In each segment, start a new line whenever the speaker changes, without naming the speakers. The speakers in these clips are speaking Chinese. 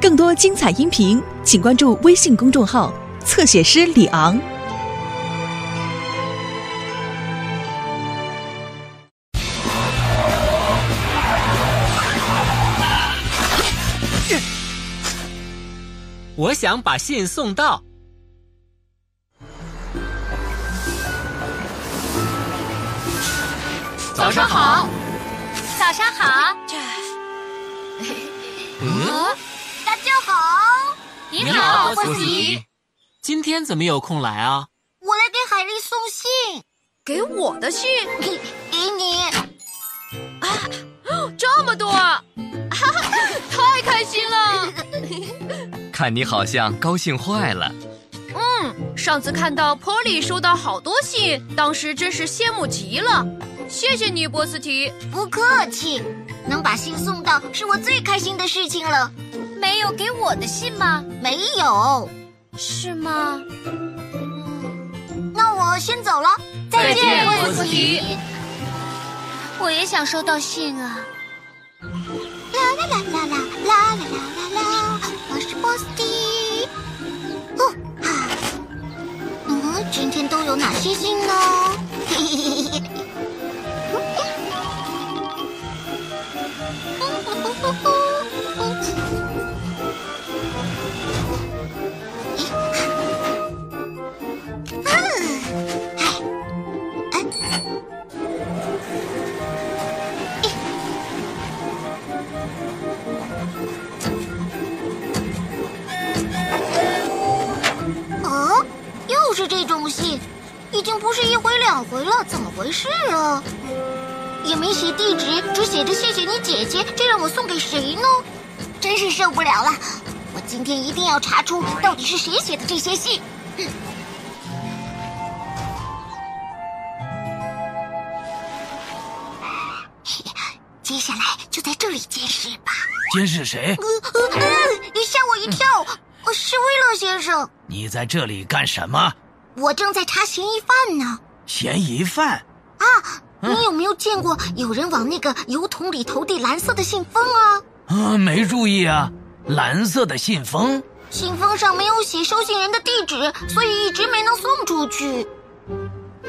更多精彩音频，请关注微信公众号“侧写师李昂
我想把信送到。
早上好，
早上好，
哦大家好，
你
你好
波斯
姨。今天怎么有空来啊？
我来给海丽送信，
给我的信
给你。
这么多， 太开心了！
看你好像高兴坏了，
上次看到 Polly 收到好多信，当时真是羡慕极了。谢谢你，波斯提。
不客气，能把信送到是我最开心的事情了。
没有给我的信吗？
没有，
是吗？
那我先走了，
再见
波
波斯提。
我也想收到信啊。啦啦啦啦啦啦啦啦啦啦，我是波斯提。哦哈，嗯，今天都有哪些信呢？嘿嘿嘿嘿。 哦，又是这种信，已经不是一回两回了，怎么回事啊？也没写地址，只写着谢谢你姐姐，这让我送给谁呢？真是受不了了，我今天一定要查出到底是谁写的这些信。嘿接下来就在这里监视吧。
监视谁？
呃呃呃，吓我一跳！呃是威勒先生。
你在这里干什么？
我正在查嫌疑犯呢。
嫌疑犯？
你有没有见过有人往那个油桶里投递蓝色的信封啊？
啊，没注意啊，蓝色的信封。
信封上没有写收信人的地址，所以一直没能送出去。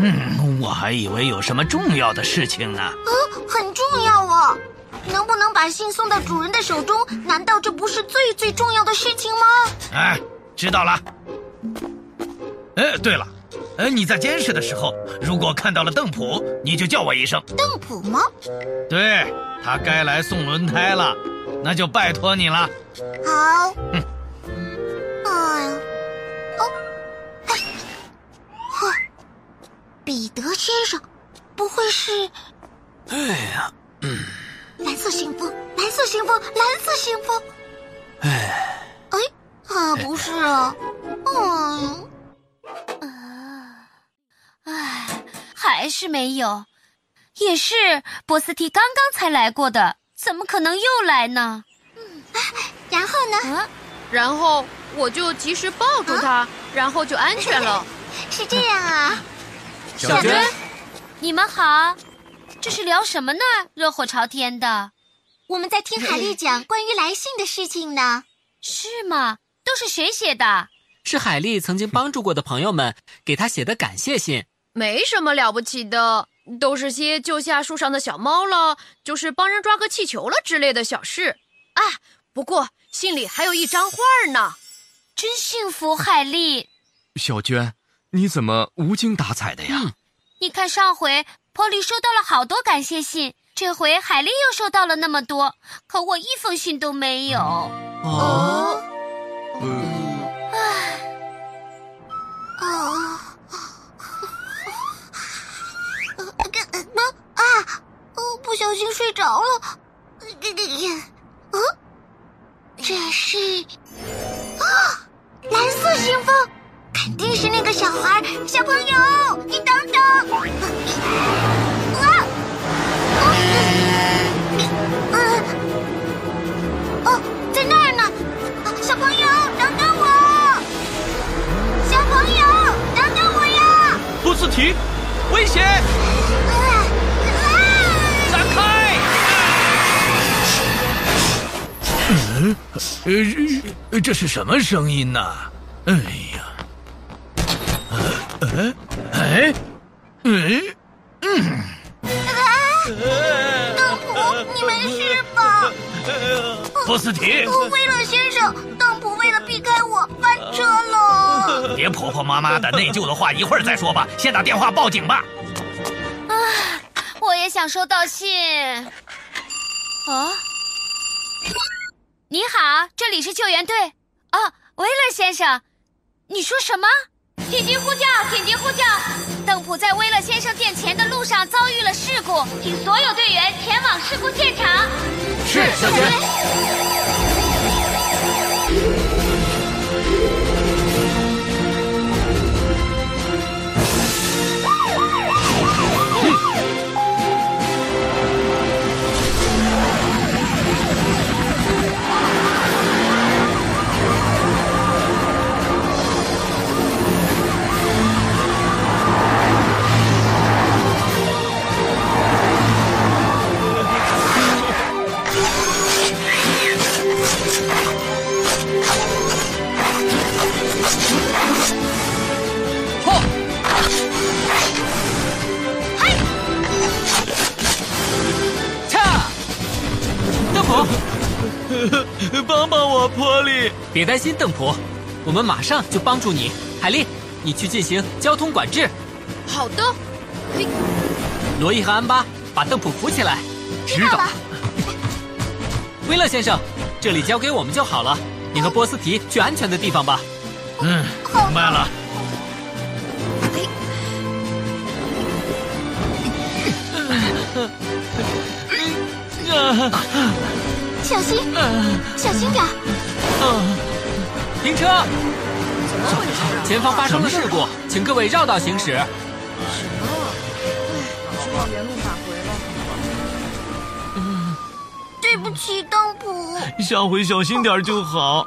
嗯，我还以为有什么重要的事情呢。
嗯，很重要啊！能不能把信送到主人的手中？难道这不是最最重要的事情吗？
哎，知道了。哎，对了，哎，你在监视的时候，如果看到了邓普，你就叫我一声。
邓普吗？
对他该来送轮胎了，那就拜托你了。
好。哎呀，哦，哎，哼，彼得先生，不会是？
哎呀，
蓝色信封，蓝色信封，蓝色信封。哎，哎，啊，不是啊，嗯，
还是没有，也是波斯提刚刚才来过的，怎么可能又来呢？
然后呢？
然后我就及时抱住
啊
他，然后就安全 了。
是这样啊，
小
珍，
你们好，这是聊什么呢？热火朝天的，
我们在听海丽讲关于来信的事情呢。
是吗？都是谁写的？
是海丽曾经帮助过的朋友们给她写的感谢信。
没什么了不起的，都是些救下树上的小猫了，就是帮人抓个气球了之类的小事啊。不过信里还有一张画呢。
真幸福，海丽。
小娟，你怎么无精打采的呀？
嗯你看上回波利收到了好多感谢信，这回海丽又收到了那么多，可我一封信都没有。
哦，
哦，干么啊？哦，不小心睡着了。这这这，
呃
嗯，这是啊，蓝色信封，肯定是那个小孩儿。小朋友，你等等！啊！哦啊！哦，在那儿呢。啊小朋友，等等我！小朋友，等等我呀！
波斯提，危险！
啊呃
闪开！
啊
哎呃，这是什么声音呐、哎呀，呃，哎，哎，
呃你没事吧？
波斯提，
威勒先生，邓普为了避开我翻车了。
别婆婆妈妈的内疚的话，一会儿再说吧，先打电话报警吧。
我也想收到信。哦，你好，这里是救援队。哦，威勒先生，你说什么？紧急呼叫！紧急呼叫！邓普在威勒先生店前的路上遭遇了事故，请所有队员前往事故现场。
是小军。
恰，邓普，
帮帮我，波利。
别担心，邓普，我们马上就帮助你。海莉，你去进行交通管制。
好的，嘿，
罗伊和安巴把邓普扶起来。
知道了。
威勒先生，这里交给我们就好了。你和波斯提去安全的地方吧。
嗯，明白了。
小心，小心点儿。
停车！前方发生了啊事故，请各位绕道行驶。
对不起，邓普。
下回小心点就
哦
好。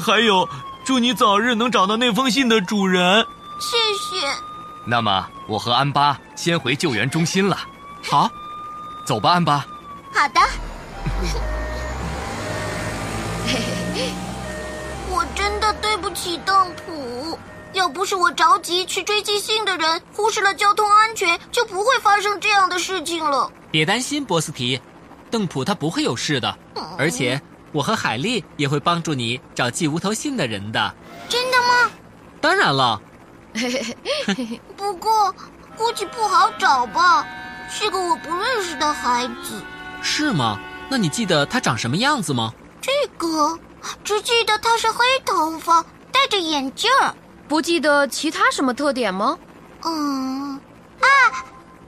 还有，祝你早日能找到那封信的主人。
谢谢。
那么我和安巴先回救援中心了，
好，
走吧，安巴。
好的。 我真的对不起邓普，要不是我着急去追寄信的人，忽视了交通安全，就不会发生这样的事情了。
别担心，波斯提，邓普他不会有事的。而且我和海莉也会帮助你找寄无头信的人的。
真的吗？
当然了，
不过估计不好找吧，是个我不认识的孩子。
是吗？那你记得他长什么样子吗？
这个只记得他是黑头发，戴着眼镜儿。
不记得其他什么特点吗？
嗯，啊，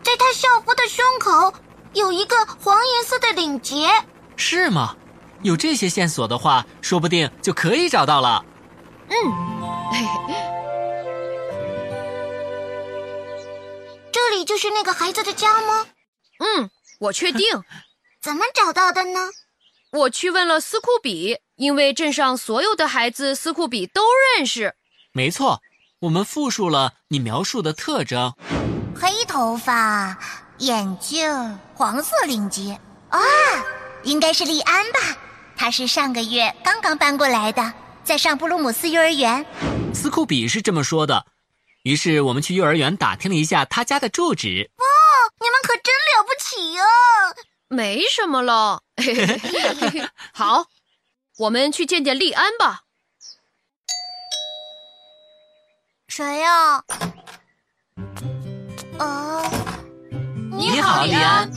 在他校服的胸口有一个黄颜色的领结。
是吗？有这些线索的话，说不定就可以找到了。
这里就是那个孩子的家吗？
嗯，我确定。
怎么找到的呢？
我去问了斯库比，因为镇上所有的孩子斯库比都认识。
没错，我们复述了你描述的特征。
黑头发，眼镜，黄色领结啊，应该是利安吧？他是上个月刚刚搬过来的，在上布鲁姆斯幼儿园。
斯库比是这么说的。于是我们去幼儿园打听了一下他家的住址。
你们可真了不起呀、
没什么了。 好，我们去见见利安吧。
谁呀、
哦，
你好，利安，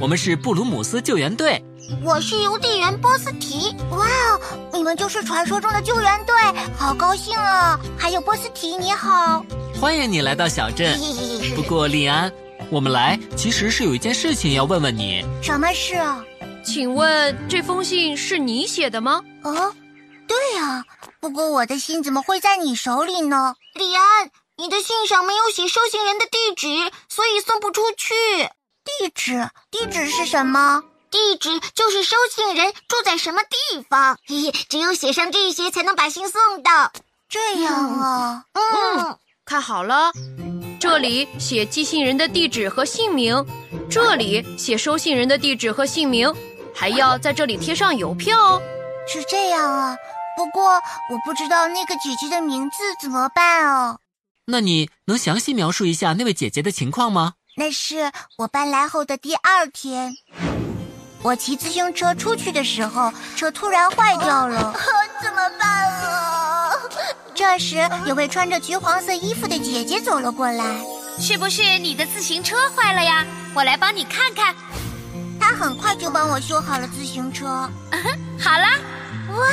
我们是布鲁姆斯救援队。
我是邮递员波斯提。
哇哦，你们就是传说中的救援队，好高兴
啊
哦！还有波斯提，你好。
欢迎你来到小镇。嗯不 过，利安，我们来其实是有一件事情要问问你。
什么事啊？
请问这封信是你写的吗？
哦，对
啊
呀、不过我的心怎么会在你手里呢？
李安，你的信上没有写收信人的地址，所以送不出去。
地址，地址是什么？
地址就是收信人住在什么地方，嘿嘿，只有写上这些才能把信送到。
这样啊，
嗯，
看好了，这里写寄信人的地址和姓名，这里写收信人的地址和姓名，还要在这里贴上邮票哦。
是这样啊。不过我不知道那个姐姐的名字怎么办哦。
那你能详细描述一下那位姐姐的情况吗？
那是我搬来后的第二天，我骑自行车出去的时候，车突然坏掉了，哦怎么办啊？这时，有位穿着橘黄色衣服的姐姐走了过来，
是不是你的自行车坏了呀？我来帮你看看。
她很快就帮我修好了自行车。
好啦，哇，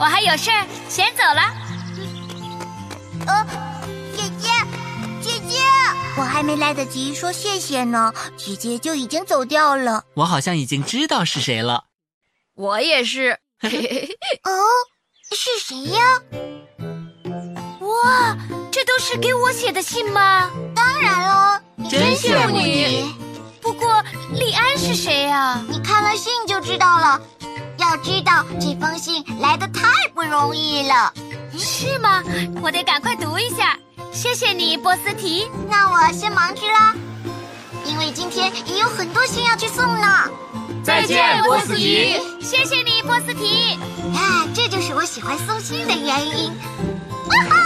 我还有事儿，先走了。
呃，姐姐，姐姐，我还没来得及说谢谢呢，姐姐就已经走掉了。
我好像已经知道是谁了。
我也是。
哦，是谁呀？
哇，这都是给我写的信吗？
当然喽，
真羡慕
你。
不过利安是谁呀、
你看了信就知道了。要知道这封信来的太不容易了。
是吗？我得赶快读一下。谢谢你，波斯提。
那我先忙去啦，因为今天也有很多信要去送呢。
再见波斯提。
谢谢你，波斯提。哎
啊，这就是我喜欢送信的原因。哇哈！